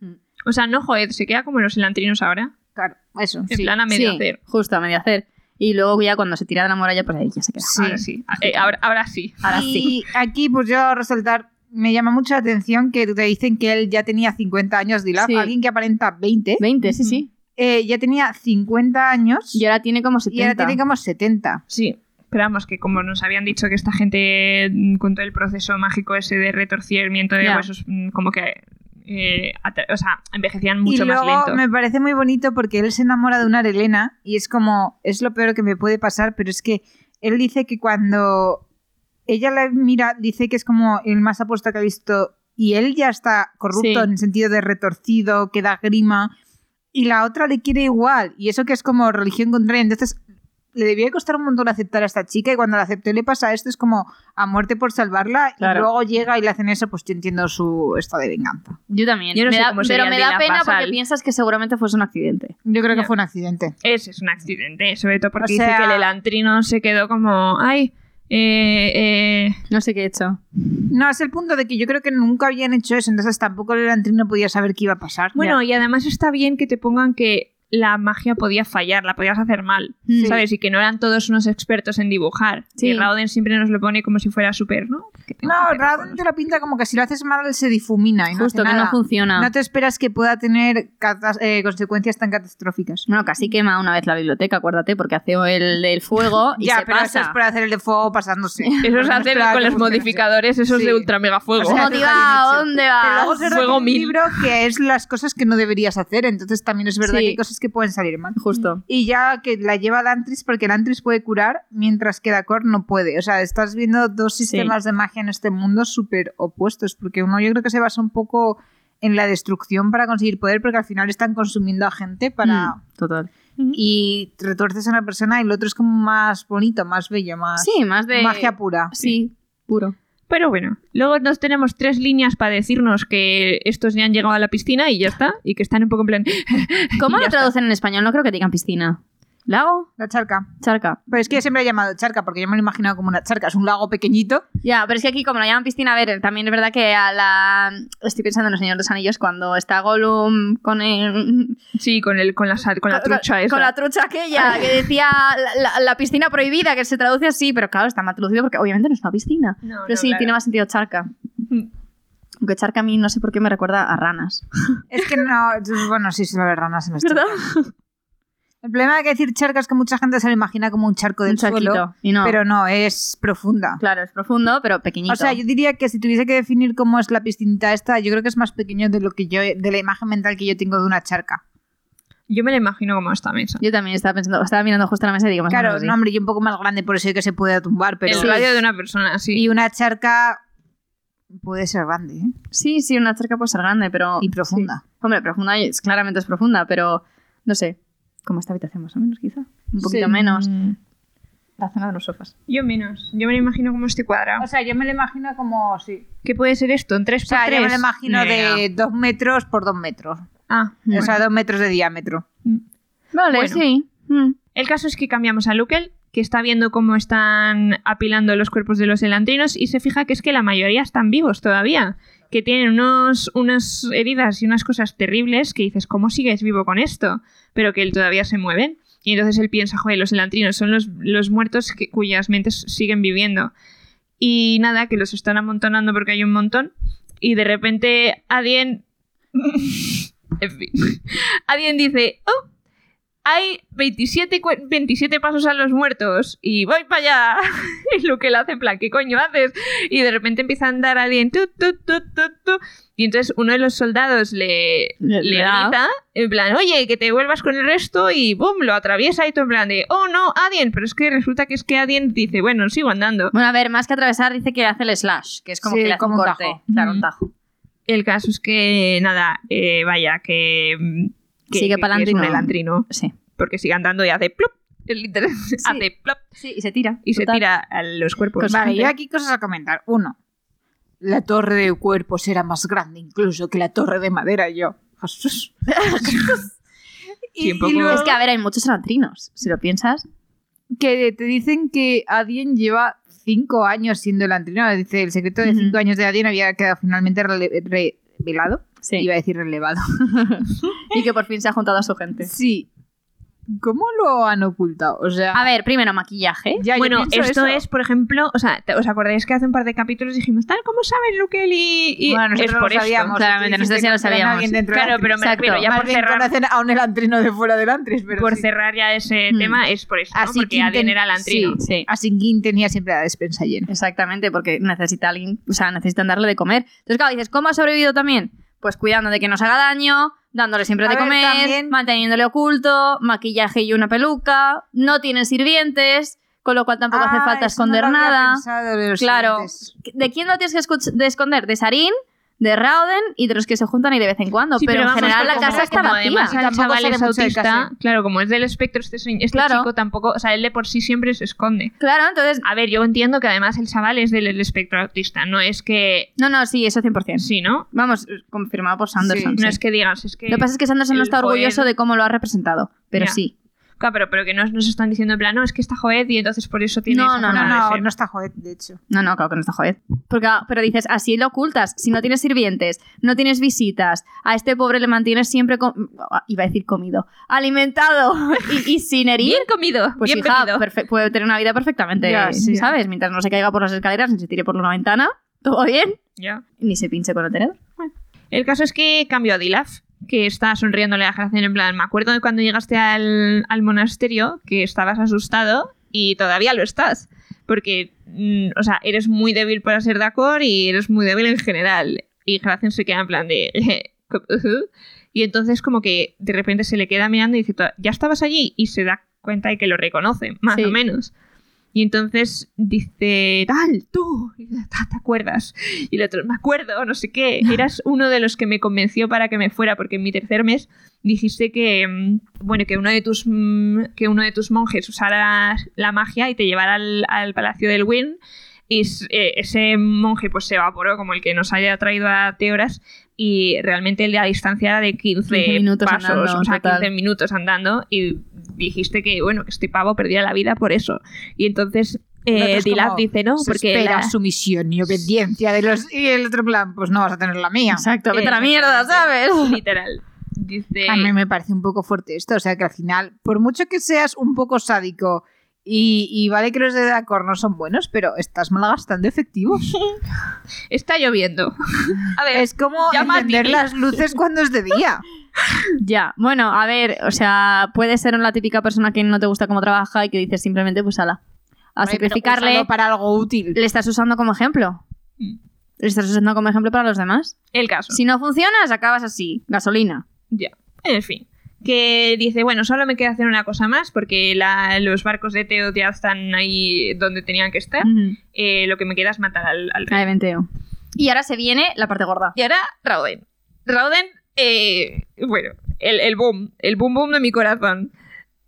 O sea, no joder, se queda como los elantrinos ahora,
Claro, eso.
en
sí.
plan a medio
Sí,
hacer.
Justo, a medio hacer. Y luego ya cuando se tira de la muralla, pues ahí ya se queda.
Sí.
Ahora sí. Eh, ahora, ahora sí.
Ahora sí.
Y aquí, pues yo resaltar, me llama mucho la atención que te dicen que él ya tenía 50 años, Dilaf,
Sí.
alguien que aparenta 20,
20, sí, sí.
eh, ya tenía 50 años
Y ahora tiene como 70.
y ahora tiene como 70.
Sí, pero vamos, que como nos habían dicho que esta gente mm, con todo el proceso mágico ese de retorcimiento de
Ya.
huesos, mm, como que eh, atra- o sea, envejecían mucho
y luego
más lento.
me parece muy bonito porque él se enamora de una Arelena y es como, es lo peor que me puede pasar, pero es que él dice que cuando ella la mira, dice que es como el más apuesto que ha visto y él ya está corrupto
Sí.
en el sentido de retorcido, que da grima. y la otra le quiere igual. Y eso que es como religión contraria. Entonces, le debía costar un montón aceptar a esta chica y cuando la acepté le pasa esto, es como a muerte por salvarla
Claro.
y luego llega y le hacen eso, pues yo entiendo su esta de venganza.
Yo también.
Yo no
Me
sé
da-
cómo sería
pero me
el de
da
la
pena
Basal.
porque piensas que seguramente fuese un accidente.
Yo creo
Ya.
que fue un accidente.
Ese es un accidente, sobre todo porque
O sea-
dice que el elantrino se quedó como, ay, eh, eh,
No sé qué he hecho.
No, es el punto de que yo creo que nunca habían hecho eso, entonces tampoco el no podía saber qué iba a pasar.
Bueno, y además está bien que te pongan que la magia podía fallar, la podías hacer mal,
Sí.
¿sabes? Y que no eran todos unos expertos en dibujar.
Sí.
Y Rauden siempre nos lo pone como si fuera súper, ¿no? Que tengo que
no,
hacer
Raven
con
te lo pinta como que si lo haces mal se difumina y no
Justo,
hace
que no
nada.
funciona.
No te esperas que pueda tener catas- eh, consecuencias tan catastróficas.
Bueno, casi quema una vez la biblioteca, acuérdate, porque hace el del fuego y
ya,
se
pero eso es
pasa.
por hacer el de fuego pasándose.
los- Eso es
No
hacer
esperaba
con
que
los
funcione así.
modificadores, esos
Sí.
de ultra mega
Oh,
fuego.
O sea,
Motiva, ¿a dónde
Pero
vas?
luego se
Fuego
Fuego un
mil.
libro que es las cosas que no deberías hacer, entonces también es verdad
Sí.
que hay cosas que pueden salir mal.
Justo.
Y ya que la lleva Lantris, porque Lantris puede curar, mientras que Dacor no puede. O sea, estás viendo dos sistemas de magia en este mundo súper opuestos, porque uno yo creo que se basa un poco en la destrucción para conseguir poder, porque al final están consumiendo a gente para...
Mm, total.
Y retorces a una persona y el otro es como más bonito, más bello, más...
Sí, más de.
Magia pura.
Sí, puro.
Pero bueno, luego nos tenemos tres líneas para decirnos que estos ya han llegado a la piscina y ya está, y que están un poco en plan...
¿Cómo
Y ya
lo
está.
traducen en español? No creo que digan piscina. ¿Lago?
La charca.
Charca.
Pero es que yo siempre he llamado charca, porque yo me lo he imaginado como una charca. Es un lago pequeñito.
Ya, pero es que aquí, como la llaman piscina, a ver, también es verdad que a la. Estoy pensando en los Señor de los Anillos cuando está Gollum con el.
Sí, con, el, con, la, sal- con la trucha esa.
Con la trucha aquella que decía la, la- la piscina prohibida, que se traduce así, pero claro, está mal traducido porque obviamente no es una piscina.
No,
Pero
no,
sí,
claro.
tiene más sentido charca.
Mm.
Aunque charca a mí no sé por qué me recuerda a ranas.
Es que no. Bueno, sí, sí, la verdad, no se me está.
¿Verdad?
El problema de que decir charca es que mucha gente se lo imagina como un charco del
Un
suelo,
charquito. Y no.
pero no, es profunda.
Claro, es profundo, pero pequeñito.
O sea, yo diría que si tuviese que definir cómo es la piscinita esta, yo creo que es más pequeño de lo que yo, de la imagen mental que yo tengo de una charca.
Yo me la imagino como esta mesa.
Yo también estaba pensando, estaba mirando justo la mesa y digo, más o
Claro,
menos así.
no, hombre, y un poco más grande, por eso que se puede tumbar, pero
El radio de una persona, sí.
y una charca puede ser grande ¿eh?
Sí, sí, una charca puede ser grande, pero.
y profunda.
sí. Hombre, profunda es- claramente es profunda, pero no sé. Como esta habitación, más o menos, quizá. Un poquito
Sí.
menos. La zona de los sofás.
Mm. Yo menos. Yo me la imagino como este cuadrado.
sea, yo me lo imagino como sí.
¿Qué puede ser esto? ¿En 3
O sea,
por 3?
yo me lo imagino de dos metros por dos metros.
Ah,
O sea, dos metros de diámetro.
Vale,
Bueno.
sí. Mm.
El caso es que cambiamos a Lukel, que está viendo cómo están apilando los cuerpos de los elantrinos y se fija que es que la mayoría están vivos todavía, que tienen unos, unas heridas y unas cosas terribles que dices, ¿cómo sigues vivo con esto? Pero que él todavía se mueven. Y entonces él piensa, joder, los elantrinos son los, los muertos que- cuyas mentes siguen viviendo. Y nada, que los están amontonando porque hay un montón. Y de repente alguien... en fin. Alguien dice, oh, hay 27, cue- 27 pasos a los muertos y voy para allá. y lo que le hace en plan, ¿qué coño haces? Y de repente empieza a andar alguien. tu, tu, tu, tu, tu. Y entonces uno de los soldados le,
Le-
le
le da.
grita, en plan, oye, que te vuelvas con el resto y boom, lo atraviesa y tú en plan de, oh no, Adien. Pero es que resulta que es que Adien dice, bueno, sigo andando.
Bueno, a ver, más que atravesar, dice que hace el slash, que es como
Sí,
que le hace
como
un
un
corte.
tajo.
Claro,
Mm.
un tajo.
El caso es que, nada, eh, vaya, que. que
Sigue
que
pa'lante
es
y
un
no-
elantrino,
Sí.
Porque sigue andando y hace plop. Literal, hace plop.
Sí, y se tira.
y
total.
se tira a los cuerpos.
Pues
vale,
gente.
yo aquí cosas a comentar. Uno, la torre de cuerpos era más grande incluso que la torre de madera. y Yo, Jesús.
Sí, un poco-
luego
Es que, a ver, hay muchos elantrinos, si lo piensas.
que te dicen que Adien lleva cinco años siendo el antrino. Dice, el secreto de
Ujú.
cinco años de Adien había quedado finalmente rele- revelado.
Sí.
Iba a decir relevado.
Y que por fin se ha juntado a su gente.
Sí. ¿Cómo lo han ocultado? O sea,
A ver, primero maquillaje.
ya, yo
bueno,
pienso
esto
eso.
es, por ejemplo, o sea, ¿te- ¿os acordáis que hace un par de capítulos dijimos, tal como saben Luke y, y
Bueno, nosotros
es por
lo
esto?
sabíamos.
Claramente,
Tú
nosotros
dijiste
ya lo
que conocían a
sabíamos.
alguien dentro de
Claro,
Antris.
pero me
Exacto.
refiero, ya
Más
por
bien
cerrar,
conocen a un elantrino de fuera del antris, pero
por
sí.
cerrar ya ese
Mm.
tema es por esto, ¿no?
Así
porque
que
Adien
inten-
era lantrino.
Sí.
Así que tenía siempre la despensa llena.
Exactamente, porque necesita alguien, o sea, necesitan darle de comer. Entonces, claro, dices, ¿cómo ha sobrevivido también? Pues cuidando de que no se haga daño, dándole siempre
A
de
ver,
comer,
también-
manteniéndole oculto, maquillaje y una peluca, no tiene sirvientes, con lo cual tampoco
Ah,
Ah,
hace falta esconder nada. Claro. ¿De quién lo tienes que escuch- de esconder? De Sarín, de Raoden y de los que se juntan ahí de vez en cuando.
Sí,
pero, en
vamos,
general la
porque
casa
como-
está
como
vacía.
Además, el
Tampoco
chaval
sale
es
mucho de
autista.
casa.
Claro, como es del espectro, este, se- este
Claro.
chico tampoco. O sea, él de por sí siempre se esconde.
Claro, entonces.
A ver, yo entiendo que además el chaval es del del espectro autista. No es que.
No, no, sí, eso 100%.
Sí, ¿no?
Vamos, confirmado por Sanderson.
Sí,
sí.
No es que digas, es que.
Lo que pasa es que Sanderson no
el
está orgulloso
Joel-
de cómo lo ha representado, pero
Ya.
sí.
Claro, pero, pero que nos, nos están diciendo en plan, no, es que está Joed y entonces por eso tiene.
No,
esa
no,
forma
No,
de
no,
ser.
no está Joed, de hecho.
No, no, claro que no está Joed. Porque, ah, pero dices, así lo ocultas. Si no tienes sirvientes, no tienes visitas, a este pobre le mantienes siempre. com- ah, Iba a decir comido. Alimentado y, y sin herir.
Bien comido,
Pues
bien
hija,
comido.
perfe- puede tener una vida perfectamente,
Ya, sí.
¿sabes? Mientras no se caiga por las escaleras ni se tire por una ventana, todo bien,
Ya.
ni se pinche con el tenedor.
El caso es que cambió a Dilaf, que está sonriéndole a Jacen en plan, me acuerdo de cuando llegaste al, al monasterio, que estabas asustado y todavía lo estás. Porque, mm, o sea, eres muy débil para ser Dakor y eres muy débil en general. Y Jacen se queda en plan de... "Ujú". y entonces como que de repente se le queda mirando y dice, "Tú, ya estabas allí y se da cuenta de que lo reconoce, más
Sí.
o menos. Y entonces dice, tal, tú, Y dice, "Ta- ¿te acuerdas? Y el otro, me acuerdo, no sé qué. Eras uno de los que me convenció para que me fuera, porque en mi tercer mes dijiste que, mm, bueno, que uno de tus, mm, que uno de tus monjes usara la magia y te llevara al, al palacio del Win. Y s- eh, ese monje pues se evaporó, como el que nos haya traído a Teoras. Y realmente la distancia era de 15,
15 minutos
pasos,
andando,
o sea,
total.
15 minutos andando. Y dijiste que, bueno, que este pavo perdía la vida por eso. Y entonces
El otro
eh,
es como,
Dilaf dice, no,
Se
porque...
espera
la-
sumisión y obediencia de los... Y el otro plan, pues no vas a tener la mía.
Exacto, vete a la
Exactamente.
mierda, ¿sabes?
Literal. Dice.
A mí me parece un poco fuerte esto, o sea que al final, por mucho que seas un poco sádico y, y vale que los de Dacor no son buenos, pero estás malgastando efectivos.
Está lloviendo. A ver,
Es como
Ya, Mati.
encender las luces cuando es de día.
Ya, bueno, a ver, o sea, puede ser la típica persona que no te gusta cómo trabaja y que dices simplemente, pues ala, a
Hombre, pero
sacrificarle,
úsalo para algo útil.
le estás usando como ejemplo.
Mm.
Le estás usando como ejemplo para los demás.
el caso.
Si no funcionas, acabas así, gasolina.
En fin. Que dice, bueno, solo me queda hacer una cosa más porque la- los barcos de Teo ya están ahí donde tenían que estar.
Ujú.
Eh, lo que me queda es matar al, al rey.
Ay, venteo. Y ahora se viene la parte gorda.
Y ahora, Rauden. Rauden, eh, bueno, el, el boom, el boom boom de mi corazón.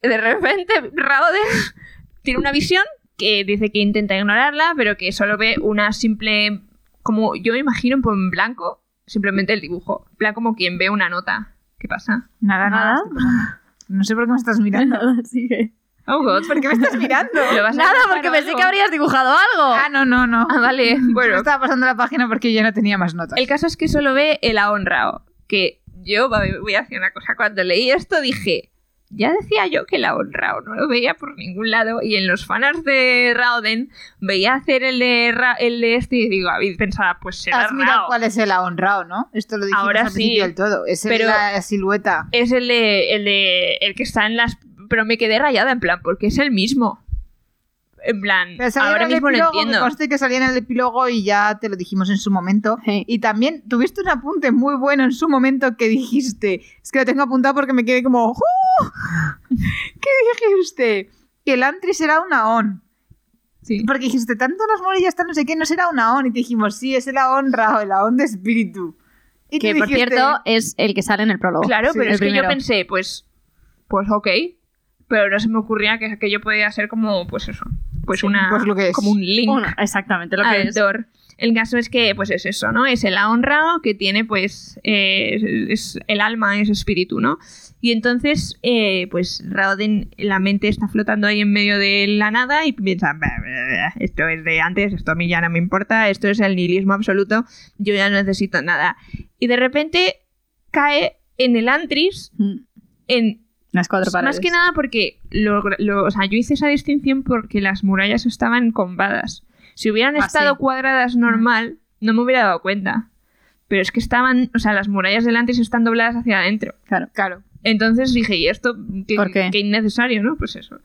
De repente, Rauden tiene una visión que dice que intenta ignorarla, pero que solo ve una simple, como yo me imagino pues, en blanco, simplemente el dibujo. En plan como quien ve una nota. ¿Qué pasa?
Nada, Ah,
Nada.
pues nada. estoy pasando. No sé por qué me estás mirando.
sigue.
Oh, God.
¿Por qué me estás mirando?
¿Lo vas a
Nada,
dibujar
porque
o
pensé
algo?
que habrías dibujado algo.
Ah, no, no, no.
Ah, vale.
Yo
Bueno,
estaba pasando la página porque yo ya no tenía más notas.
El caso es que solo ve el ahonrao. Que yo va- voy a decir una cosa. Cuando leí esto dije, ya decía yo que el ahonrao no lo veía por ningún lado. Y en los fanarts de Rauden veía hacer el de, Ra- el de este y digo, habéis pensaba, pues será
Has mirado
Rao.
cuál es el ahonrao, ¿no? Esto lo dijimos
Ahora
al
sí.
principio del todo. Es el-
Pero-
la silueta.
Es el de, el de. El que está en las. Pero me quedé rayada en plan, porque es el mismo. En plan,
Pero salía en
ahora
el
mismo lo
epílogo,
entiendo.
Que conste que salía en el epílogo y ya te lo dijimos en su momento.
Sí.
Y también tuviste un apunte muy bueno en su momento que dijiste. Es que lo tengo apuntado porque me quedé como. "¡Uh!". ¿Qué dijiste? Que el Antris era un Aon.
Sí.
Porque dijiste, tanto nos muere ya está no sé qué, no será un Aon. Y te dijimos, sí, es el Aon Rao, el Aon de espíritu. Y
Que
tú
por
dijiste,
cierto es el que sale en el prólogo.
Claro,
Sí,
pero
el
es que
primero.
yo pensé, pues, pues ok, pero no se me ocurría que aquello podía ser como, pues eso, pues
Sí,
una,
pues lo que es.
como un link
Uno, exactamente lo que
al
es.
Thor. El caso es que, pues es eso, ¿no? Es el honra que tiene, pues, eh, es, es- el alma, es espíritu, ¿no? Y entonces, eh, pues, Raoden, la mente está flotando ahí en medio de la nada y piensa, "Bah, bah, bah, esto es de antes, esto a mí ya no me importa, esto es el nihilismo absoluto, yo ya no necesito nada. Y de repente cae en el Antris,
Mm.
en
Las cuatro
Pues
paredes.
más que nada porque lo- lo- o sea, yo hice esa distinción porque las murallas estaban combadas. Si hubieran
Ah,
estado
sí.
cuadradas normal, no me hubiera dado cuenta. Pero es que estaban, o sea, las murallas delante se están dobladas hacia adentro.
Claro.
Claro.
Entonces dije, ¿y esto qué,
¿Por qué?
qué innecesario, no? Pues eso.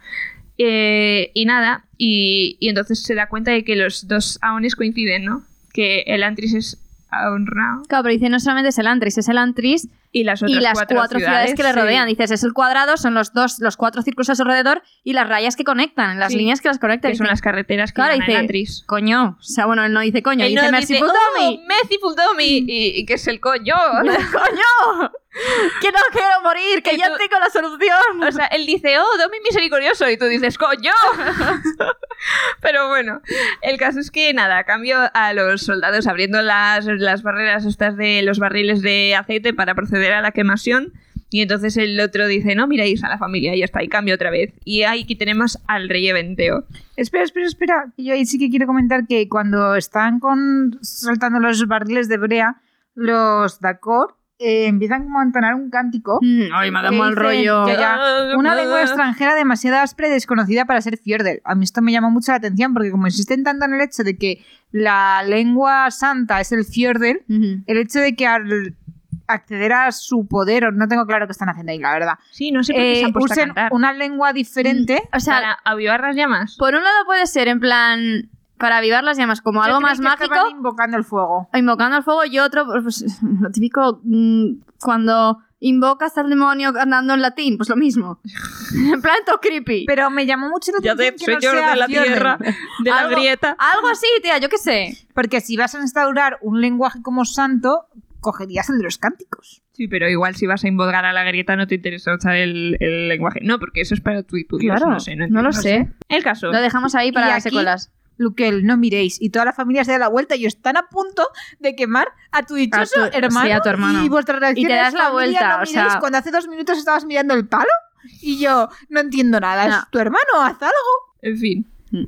Eh, y nada, y, y entonces se da cuenta de que los dos aones coinciden, ¿no? Que el Antris es aonrao.
Claro, pero dice no solamente es el Antris, es el Antris
Y las otras
y las
cuatro,
cuatro, ciudades, que le
sí.
rodean. Dices, es el cuadrado, son los dos, los cuatro círculos a su alrededor y las rayas que conectan, las
Sí.
líneas que las conectan.
Que son
Dices,
las carreteras que
Claro,
llevan a
dice-
Elantris.
Coño, o sea, bueno, él no dice coño,
Él
dice
no
merci
dice,
pour
"Oh,
Domi".
merci pour
Mm.
Domi", Y, y que es el coño.
¡Coño! ¡Que no quiero morir! ¡Que
Y
ya
tú-
tengo la solución!
O sea, él dice, oh, Domi misericordioso, y tú dices, coño. Pero bueno, el caso es que nada, cambio a los soldados abriendo las, las barreras estas de los barriles de aceite para proceder a la quemación. Y entonces el otro dice, no, miráis a la familia, y ya está, y cambio otra vez. Y ahí aquí tenemos al rey Eventeo.
Espera, espera, espera. que Yo ahí sí que quiero comentar que cuando están con, soltando los barriles de brea, los Dakor eh, empiezan como a entonar un cántico.
Mm, Ay, me da
¿Qué
mal
dice?
rollo.
Ya,
Ah,
ya. Una lengua extranjera demasiado áspera y desconocida para ser fiordel. A mí esto me llama mucho la atención porque como insisten tanto en el hecho de que la lengua santa es el fiordel,
Ujú.
el hecho de que al acceder a su poder, o no tengo claro qué están haciendo ahí, la verdad,
Sí, no sé por qué se
eh,
han puesto a
usen
cantar.
una lengua diferente.
O sea,
¿Para avivar las llamas?
por un lado puede ser en plan para avivar las llamas como
Yo
algo
creí
más
que
mágico,
estaban invocando el fuego.
invocando al fuego y otro, pues, lo típico, mm, cuando invocas al demonio andando en latín, pues lo mismo. en plan, todo creepy.
Pero me llamó mucho la atención que no sea Fjorden,
de
la Algo-
grieta.
Algo así, tía, yo qué sé.
Porque si vas a instaurar un lenguaje como santo, cogerías el de los cánticos.
Sí, pero igual si vas a invocar a la grieta no te interesa usar el, el lenguaje. No, porque eso es para tu y tu Dios,
claro,
no sé, no,
no lo
entiendo.
sé.
El caso.
Lo dejamos ahí para
Y
las
aquí-
secuelas.
Luquel, no miréis. Y toda la familia se da la vuelta y están a punto de quemar a tu dichoso
A tu-
hermano,
sí, a tu hermano.
Y vuestra
Y
reacción
te
es,
das la
"Familia,
vuelta,
no
o sea-
miréis, Cuando hace dos minutos estabas mirando el palo y yo no entiendo nada.
No.
Es tu hermano, haz algo.
En fin.
Mm.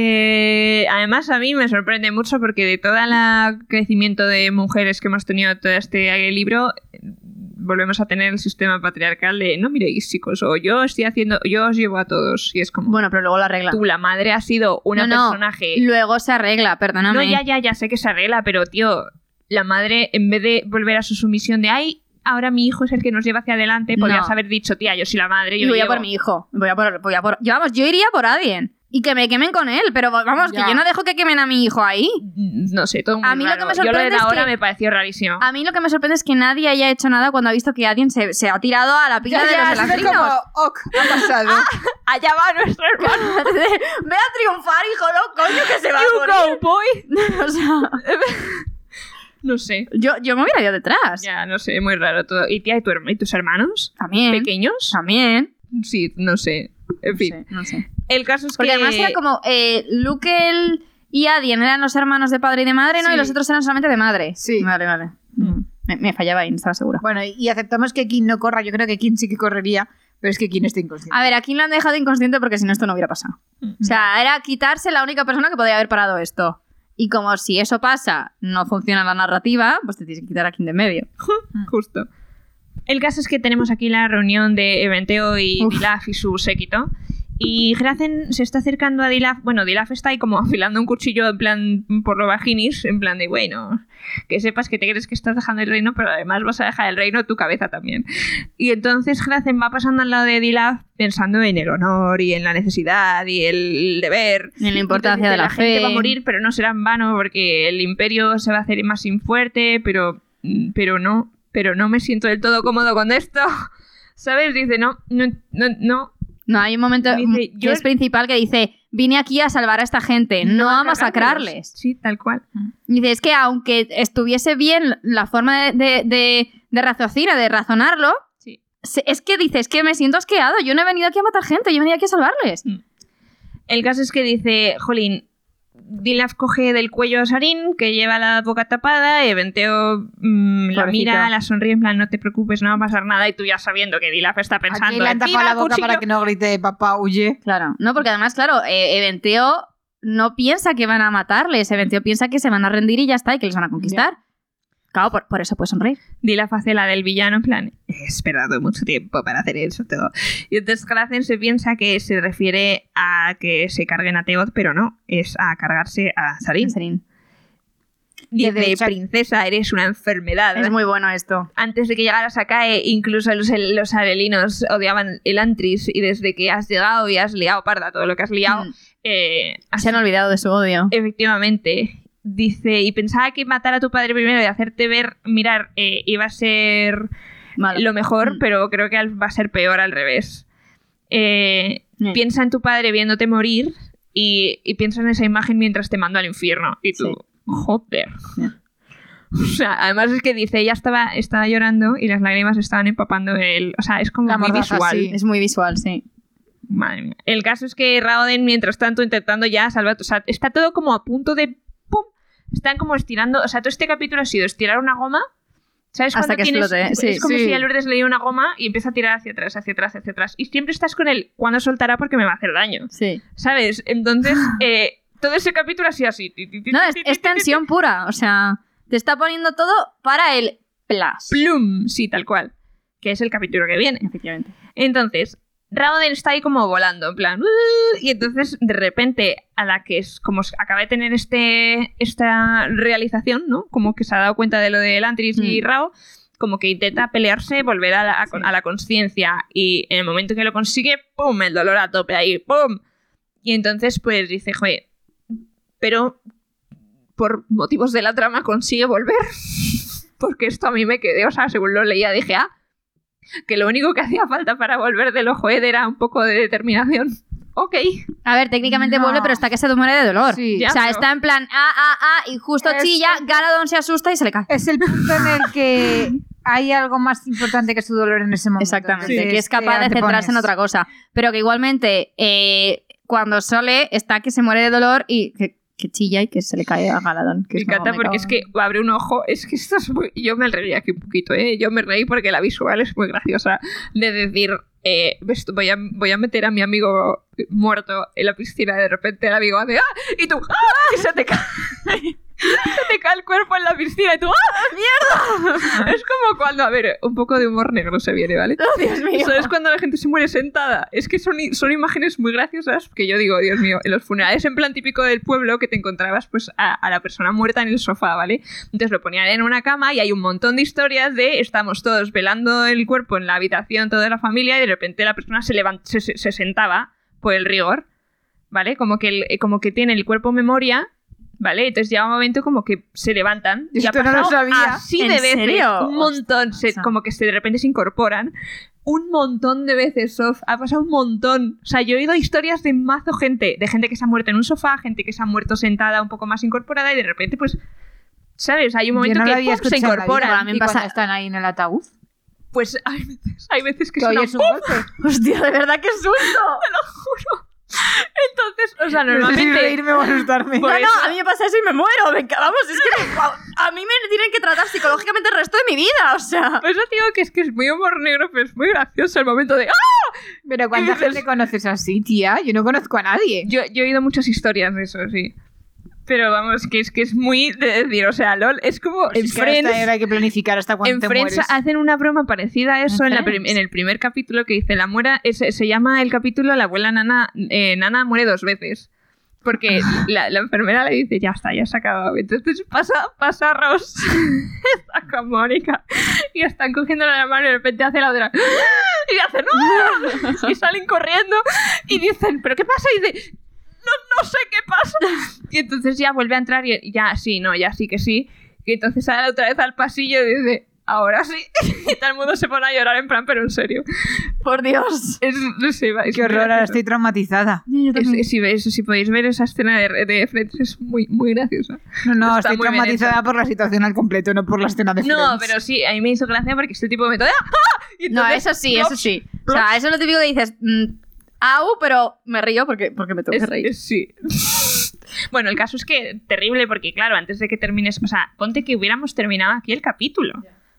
Que además a mí me sorprende mucho porque de todo el crecimiento de mujeres que hemos tenido en todo este libro, eh, volvemos a tener el sistema patriarcal de no miréis chicos, o yo estoy haciendo, yo os llevo a todos. Y es como,
Bueno, pero luego la regla.
tú, la madre ha sido una
No, no,
personaje
Luego se arregla, perdóname.
No, ya, ya, ya sé que se arregla, pero tío, la madre, en vez de volver a su sumisión de ay, ahora mi hijo es el que nos lleva hacia adelante, podrías
No.
haber dicho, tía, yo soy la madre, yo
y voy a
llevo".
por mi hijo. Voy a por, voy a por- yo, vamos, yo iría por alguien. Y que me quemen con él, pero vamos,
Ya.
que yo no dejo que quemen a mi hijo ahí.
Mm, No sé, todo muy
A mí lo que
raro.
me
Yo lo de
sorprende es
ahora
que- Ah,
me pareció rarísimo.
A mí lo que me sorprende es que nadie haya hecho nada cuando ha visto que alguien se, se ha tirado a la pila
Ya,
de
ya,
los
ha sido
elantrinos.
como, ok, ha pasado.
Allá va nuestro hermano.
Ve a triunfar, hijo, no, coño, que se va a morir. O sea,
No sé.
yo, yo me hubiera ido detrás.
Ya, no sé, muy raro todo. ¿Y tía y, tu herma- y tus hermanos?
También.
¿Pequeños?
También.
Sí, no sé. En fin.
Ah. No sé, no sé.
El caso es
Porque
que.
además era como eh, Luke y Adien eran los hermanos de padre y de madre, ¿no?
Sí.
Y los otros eran solamente de madre.
Sí.
Vale, vale.
Mm.
Me, me fallaba ahí, no estaba segura.
Bueno, y aceptamos que Kim no corra. Yo creo que Kim sí que correría, pero es que Kim está inconsciente.
A ver, aquí lo han dejado inconsciente porque si no esto no hubiera pasado. O sea, era quitarse la única persona que podría haber parado esto. Y como si eso pasa, no funciona la narrativa, pues te tienes que quitar a quien de en medio.
Justo. Mm. El caso es que tenemos aquí la reunión de Eventeo y
Uf.
Dilaf y su séquito. Y Gracen se está acercando a Dilaf. Bueno, Dilaf está ahí como afilando un cuchillo en plan por lo vaginis, en plan de, bueno, que sepas que te crees que estás dejando el reino, pero además vas a dejar el reino tu cabeza también. Y entonces Gracen va pasando al lado de Dilaf pensando en el honor y en la necesidad y el deber.
Ni la importancia
Entonces,
de la,
gente
fe.
va a morir, pero no será en vano porque el imperio se va a hacer más sin fuerte, pero, pero no, pero no me siento del todo cómodo con esto. ¿Sabes? Dice, no, no, no, no.
No, hay un momento
Dice,
mm,
yo-
que es principal que dice, vine aquí a salvar a esta gente, no, a masacrarles.
Sí, tal cual.
Y Dice, es que aunque estuviese bien la forma de, de, de, de raciocina, de razonarlo,
Sí.
se- es que dices, es que me siento asqueado, yo no he venido aquí a matar gente, yo he venido aquí a salvarles.
El caso es que dice, Jolín, Dilaf coge del cuello a Sarin, que lleva la boca tapada, y Venteo mm, la
Pobrecito.
mira, la sonríe, en plan, no te preocupes, no va a pasar nada, y tú ya sabiendo que Dilaf está pensando,
Aquí le han
"Aquí
tapado
va
la
el
boca para
cuchillo".
que no grite, papá, huye.
Claro, no, porque además, claro, eh, Eventeo no piensa que van a matarles, Eventeo piensa que se van a rendir y ya está, y que les van a conquistar. Claro, por, por eso puede sonreír.
Dilaf hace la del villano en plan, he esperado mucho tiempo para hacer eso todo. Y entonces Gracen se piensa que se refiere a que se carguen a Teod, pero no, es a cargarse a Sarin.
Serín.
Dice,
de hecho-
princesa, eres una enfermedad.
Es muy bueno esto.
Antes de que llegaras acá, eh, incluso los, los arelinos odiaban el Antris y desde que has llegado y has liado parda todo lo que has liado,
Mm.
eh, has
Se han olvidado de su
Eh,
odio.
Efectivamente. Dice, y pensaba que matar a tu padre primero y hacerte ver, mirar, eh, iba a ser
Malo.
lo mejor,
Mm.
pero creo que al- va a ser peor al revés. Eh,
Mm.
Piensa en tu padre viéndote morir y, y piensa en esa imagen mientras te mando al infierno. Y tú,
Sí.
joder.
Ya.
O sea, además es que dice, ella estaba, estaba llorando y las lágrimas estaban empapando el... O sea, es como
La
muy
mordaza,
visual.
sí.
Es muy visual, sí.
Madre mía. El caso es que Raoden, mientras tanto, intentando ya salvar. O sea, está todo como a punto de. ¡Pum! Están como estirando. O sea, todo este capítulo ha sido estirar una goma. ¿Sabes?
Hasta
cuando
que
tienes-
explote, sí.
Es como
Sí.
si a Lourdes le diera una goma y empieza a tirar hacia atrás, hacia atrás, hacia atrás. Y siempre estás con el cuando soltará porque me va a hacer daño.
Sí.
¿Sabes? Entonces, eh, todo ese capítulo ha sido así. ti, ti, ti,
No, es,
ti, ti,
es
ti, ti,
tensión pura. O sea, te está poniendo todo para el plus.
Plum. Sí, tal cual. Que es el capítulo que viene.
Efectivamente.
Entonces, Rauden está ahí como volando, en plan. "Uh", Y entonces, de repente, a la que es como s- acaba de tener este, esta realización, ¿no? Como que se ha dado cuenta de lo de Elantris y
Mm.
Rao, como que intenta pelearse, volver a la, a con-
Sí.
a la conciencia. Y en el momento que lo consigue, ¡pum! El dolor a tope ahí, ¡pum! Y entonces, pues dice, joder, pero por motivos de la trama consigue volver. Porque esto a mí me quedé, o sea, según lo leía, dije, ah, que lo único que hacía falta para volver del ojo Ed era un poco de determinación. Ok.
A ver, técnicamente
No.
vuelve, pero está que se muere de dolor.
Sí.
Ya.
O sea,
pero-
está en plan, ah, ah, ah, y justo
Es-
chilla, Galadón se asusta y se le cae.
Es el punto en el que hay algo más importante que su dolor en ese momento.
Exactamente,
Entonces,
que es capaz
te
de centrarse en
antepones.
otra cosa. Pero que igualmente, eh, cuando Sole está que se muere de dolor y que, que chilla y que se le cae a Galadón. Que
Me
es como,
encanta
me
porque
cago
es
en-
que abre un ojo. Es que esto es muy... Yo me reí aquí un poquito, ¿eh? Yo me reí porque la visual es muy graciosa. De decir, eh, ves, voy, a, voy a meter a mi amigo muerto en la piscina. De repente el amigo hace ¡ah! Y tú ¡ah! Y se te cae. se te cae el cuerpo en la piscina. Y tú ¡ah! ¡Mierda! es como cuando... A ver, un poco de humor negro se viene, ¿vale?
¡Oh, Dios mío!
Eso es cuando la gente se muere sentada. Es que son, i- son imágenes muy graciosas que yo digo, Dios mío, en los funerales en plan típico del pueblo que te encontrabas pues a, a la persona muerta en el sofá, ¿vale? Entonces lo ponían en una cama y hay un montón de historias de estamos todos velando el cuerpo en la habitación, toda la familia, y de repente la persona se, levant- se, se- se sentaba por el rigor, ¿vale? Como que, el- eh, como que tiene el cuerpo memoria. ¿Vale? Entonces llega un momento como que se levantan. Y ha
Esto no lo
pasado
sabía.
así
¿En
de veces.
serio?
Un montón. se-
Ostras.
como que se, de repente se incorporan un montón de veces, Sof. Ha pasado un montón. O sea, yo he oído historias de mazo gente. De gente que se ha muerto en un sofá, gente que se ha muerto sentada, un poco más incorporada, y de repente, pues. ¿Sabes? Hay un momento
Yo no
que
lo había
¡pum! se
escuchado en la vida.
incorpora.
También
Y cuando
pasa-
están ahí en el ataúd.
Pues hay veces, hay veces que
Que
suena
oyes un
¡pum!
golpe.
¡Hostia, de verdad qué susto!
Entonces, o sea,
No sé si
normalmente.
reírme o asustarme.
Por
no,
eso-
no, a mí me pasa eso y me muero. me ca- vamos, es que me- a mí me tienen que tratar psicológicamente el resto de mi vida, o sea.
Por eso digo que es que es muy humor negro, pero es muy gracioso el momento de. ¡ah!
Pero ¿cuánta
dices?
gente conoces así, tía? Yo no conozco a nadie.
Yo, yo he oído muchas historias de eso, sí. Pero vamos, que es que es muy de decir, o sea, LOL, es como en
Es que hasta
Friends-
ahora hay que planificar hasta cuándo
en
te
Friends
mueres.
hacen una broma parecida a eso
¿En
en, la
Friends?
prim- en el primer capítulo que dice la muera es- se llama el capítulo la abuela nana eh, nana muere dos veces porque la, la enfermera le dice ya está ya se ha acabado entonces pasa pasa Ross está con Mónica y están cogiendo la mano y de repente hace la otra y hacen ¡ah! y salen corriendo y dicen pero qué pasa y dice no no sé qué pasa y entonces ya vuelve a entrar y y ya sí no ya sí que sí y entonces sale otra vez al pasillo y dice, ahora sí. Y todo el mundo se pone a llorar en plan, pero en serio.
Por Dios.
Es, no sé, va, es
Qué
muy
horror, ahora
gracioso.
estoy traumatizada.
Es- es- si, veis, si podéis ver esa escena de, de Friends, es muy, muy graciosa.
No, no,
Está
estoy
muy bien
traumatizada
hecho.
por la situación al completo, no por la escena de Friends.
No, pero sí, a mí me hizo gracia porque este tipo me... ¡Ah! Y
No,
entonces-
eso sí, eso sí. O sea,
plops.
eso es lo típico que dices, mm, au, pero me río porque, porque me tengo que
Es-
reír.
es- sí. bueno, el caso es que terrible porque, claro, antes de que termines, o sea, ponte que hubiéramos terminado aquí el capítulo.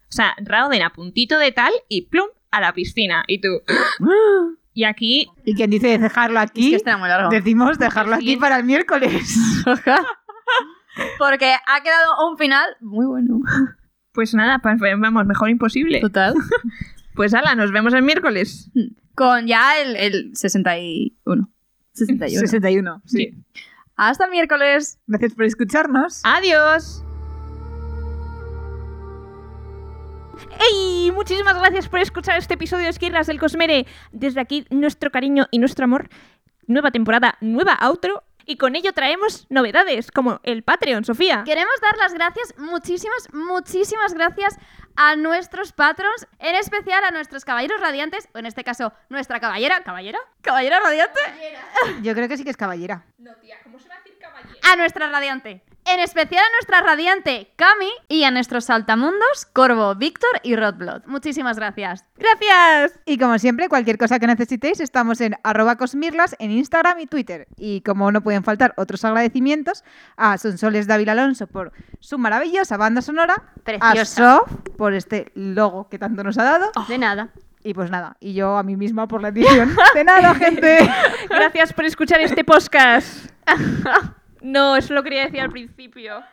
O sea, Rauden a puntito de tal y plum, a la piscina. Y tú... y aquí
Y quien dice dejarlo
Es
aquí,
que este era muy largo.
decimos dejarlo aquí
Siguiente.
para el miércoles.
Porque ha quedado un final muy bueno.
Pues nada, pa- vamos, mejor imposible.
Total.
Pues ala, nos vemos el miércoles.
Con ya el, el 61. 61.
61, sí.
Sí.
Hasta el miércoles.
Gracias por escucharnos.
Adiós. ¡Ey! Muchísimas gracias por escuchar este episodio de Esquirlas del Cosmere. Desde aquí, nuestro cariño y nuestro amor. Nueva temporada, nueva outro. y con ello traemos novedades, como el Patreon, Sofía.
Queremos dar las gracias, muchísimas, muchísimas gracias a nuestros patrons, en especial a nuestros caballeros radiantes, o en este caso, nuestra caballera, ¿caballera? ¿Caballera radiante?
Ah, Yo creo que sí que es caballera.
A nuestra radiante. En especial a nuestra radiante Cami y a nuestros saltamundos Corvo, Víctor y Rodblood. Muchísimas gracias.
¡Gracias!
Y como siempre, cualquier cosa que necesitéis, estamos en arroba cosmirlas en Instagram y Twitter. Y como no pueden faltar otros agradecimientos, a Sonsoles Dávila Alonso por su maravillosa banda sonora, a
Preciosa.
Sof por este logo que tanto nos ha dado,
De nada.
y pues nada, y yo a mí misma por la edición. De nada, gente.
Gracias por escuchar este podcast. No, eso lo quería decir al principio.